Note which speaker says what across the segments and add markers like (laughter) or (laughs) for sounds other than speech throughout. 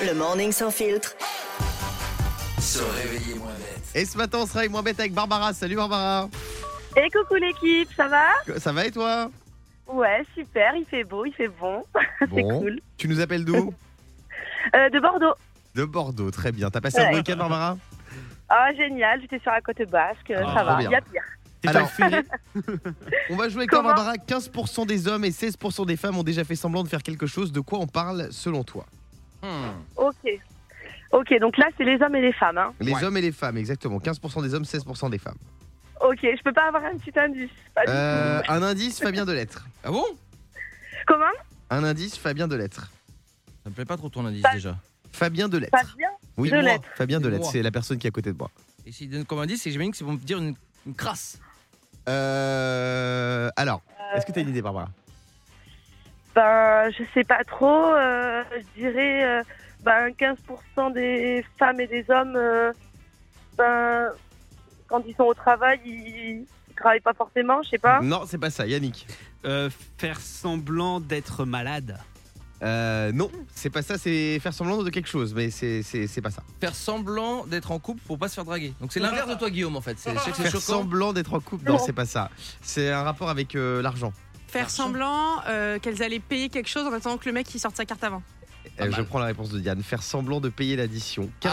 Speaker 1: Le morning sans filtre.
Speaker 2: Se réveiller moins bête.
Speaker 3: Et ce matin, on sera avec moins bête avec Barbara. Salut Barbara.
Speaker 4: Et coucou l'équipe, ça va
Speaker 3: Ça va et toi
Speaker 4: Ouais, super, il fait beau, il fait bon, Ah, c'est
Speaker 3: Bon.
Speaker 4: cool.
Speaker 3: Tu nous appelles
Speaker 4: (laughs)
Speaker 3: d'où
Speaker 4: Euh, de Bordeaux.
Speaker 3: De Bordeaux. Très bien. T'as passé un
Speaker 4: Ouais.
Speaker 3: bon week-end, Barbara
Speaker 4: Ah, génial, j'étais sur la côte basque, euh,
Speaker 3: Ah,
Speaker 4: ça
Speaker 3: trop
Speaker 4: va,
Speaker 3: bien.
Speaker 4: il y a pire.
Speaker 3: Alors, (laughs) on va jouer avec toi,
Speaker 4: Comment
Speaker 3: Barbara. 15% des hommes et 16% des femmes ont déjà fait semblant de faire quelque chose. De quoi on parle selon toi
Speaker 2: Hmm.
Speaker 4: Ok. Ok, donc là, c'est les hommes et les femmes. Hein.
Speaker 3: Les
Speaker 2: Ouais.
Speaker 3: hommes et les femmes, exactement. 15% des hommes, 16% des femmes.
Speaker 4: Ok, je peux pas avoir un petit indice. Pas du
Speaker 3: Euh, un indice, Fabien Delettre.
Speaker 2: Ah bon
Speaker 4: tout. Comment
Speaker 3: Un indice, Fabien Delettre.
Speaker 2: Ça me plaît pas trop ton indice
Speaker 4: Pas-
Speaker 2: déjà.
Speaker 3: Fabien
Speaker 4: Pas
Speaker 3: Delettre.
Speaker 4: bien
Speaker 3: Oui,
Speaker 4: Delettre.
Speaker 3: moi, Fabien
Speaker 2: C'est
Speaker 3: Delettre,
Speaker 2: moi.
Speaker 3: c'est la personne qui est à côté de moi.
Speaker 2: Et s'il donne comme indice, c'est que j'imagine que c'est pour me dire une, une crasse.
Speaker 3: Euh, alors, est-ce que t'as une idée, Barbara
Speaker 4: Ben, je sais pas trop, euh, je dirais euh, ben, 15% des femmes et des hommes, euh, ben, quand ils sont au travail, ils, ils travaillent pas forcément, je sais pas.
Speaker 3: Non, c'est pas ça, Yannick.
Speaker 5: Euh, faire semblant d'être malade.
Speaker 3: Euh, non, c'est pas ça, c'est faire semblant de quelque chose, mais c'est- c'est c'est pas ça.
Speaker 2: Faire semblant d'être en couple pour pas se faire draguer. Donc c'est l'inverse de toi, Guillaume, en fait. C'est je sais que c'est
Speaker 3: Faire
Speaker 2: choquant.
Speaker 3: semblant d'être en couple, non,
Speaker 4: Non.
Speaker 3: c'est pas ça. C'est un rapport avec euh, l'argent.
Speaker 6: Faire semblant euh, qu'elles allaient payer quelque chose en attendant que le mec il sorte sa carte avant.
Speaker 3: Euh, je
Speaker 2: mal.
Speaker 3: prends la réponse de Diane. Faire semblant de payer l'addition. 15% des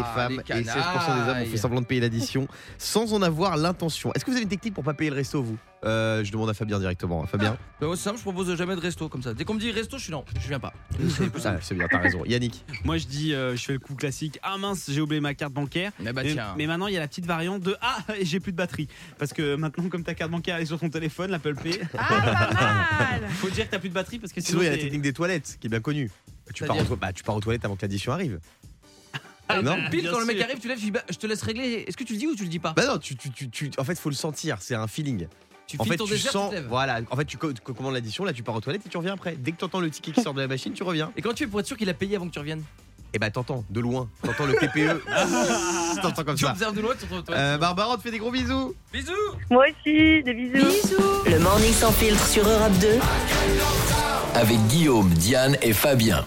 Speaker 2: Ah,
Speaker 3: femmes
Speaker 2: les
Speaker 3: et 16% des hommes ont fait
Speaker 2: canailles.
Speaker 3: semblant de payer l'addition sans en avoir l'intention. Est-ce que vous avez une technique pour pas payer le resto, vous Euh, Je demande à Fabien directement. Fabien
Speaker 2: Bah, moi, c'est simple, je propose jamais de resto comme ça. Dès qu'on me dit resto, je suis non, je viens
Speaker 3: (laughs)
Speaker 2: pas. C'est plus
Speaker 3: Ah,
Speaker 2: simple.
Speaker 3: C'est bien, t'as raison. Yannick
Speaker 5: Moi, je dis, euh, je fais le coup classique. Ah mince, j'ai oublié ma carte bancaire.
Speaker 2: Mais bah
Speaker 5: mais,
Speaker 2: tiens.
Speaker 5: mais maintenant, il y a la petite variante de Ah, (laughs) j'ai plus de batterie. Parce que maintenant, comme ta carte bancaire elle est sur ton téléphone, l'Apple
Speaker 2: (laughs)
Speaker 5: Pay,
Speaker 6: Ah, pas mal
Speaker 5: faut dire que t'as plus de batterie parce que
Speaker 3: Sinon,
Speaker 5: sinon,
Speaker 3: il y a la
Speaker 5: t'es-
Speaker 3: technique des toilettes qui est bien connue. Tu pars, aux
Speaker 2: C'est-à-dire
Speaker 3: to- bah, tu pars aux toilettes avant que l'addition
Speaker 2: (laughs)
Speaker 3: arrive.
Speaker 2: Et
Speaker 3: non
Speaker 2: Pile
Speaker 5: Bien
Speaker 2: quand le mec
Speaker 5: sûr.
Speaker 2: arrive, tu lèves, je dis, bah, je te laisse régler. Est-ce que tu le dis ou tu le dis pas
Speaker 3: Bah non, tu, tu- tu- tu- en fait, faut le sentir, c'est un feeling.
Speaker 2: Tu
Speaker 3: En
Speaker 2: files
Speaker 3: fait,
Speaker 2: ton
Speaker 3: tu
Speaker 2: dessert,
Speaker 3: sens.
Speaker 2: tu te lèves.
Speaker 3: voilà, en fait, tu co- co- commandes l'addition, là, tu pars aux toilettes et tu reviens après. Dès que t'entends le ticket qui sort de la machine, tu reviens.
Speaker 2: Et quand tu es pour être sûr qu'il a payé avant que tu reviennes
Speaker 3: Et bah, t'entends, de loin. T'entends le (laughs) TPE. t'entends comme
Speaker 2: Tu
Speaker 3: ça.
Speaker 2: observes de loin, tu te retrouves.
Speaker 3: Euh, Barbara, on te fait des gros bisous.
Speaker 2: Bisous
Speaker 4: Moi aussi, des bisous.
Speaker 6: Bisous
Speaker 1: Le morning sans filtre sur Europe 2.
Speaker 7: avec Guillaume, Diane et Fabien.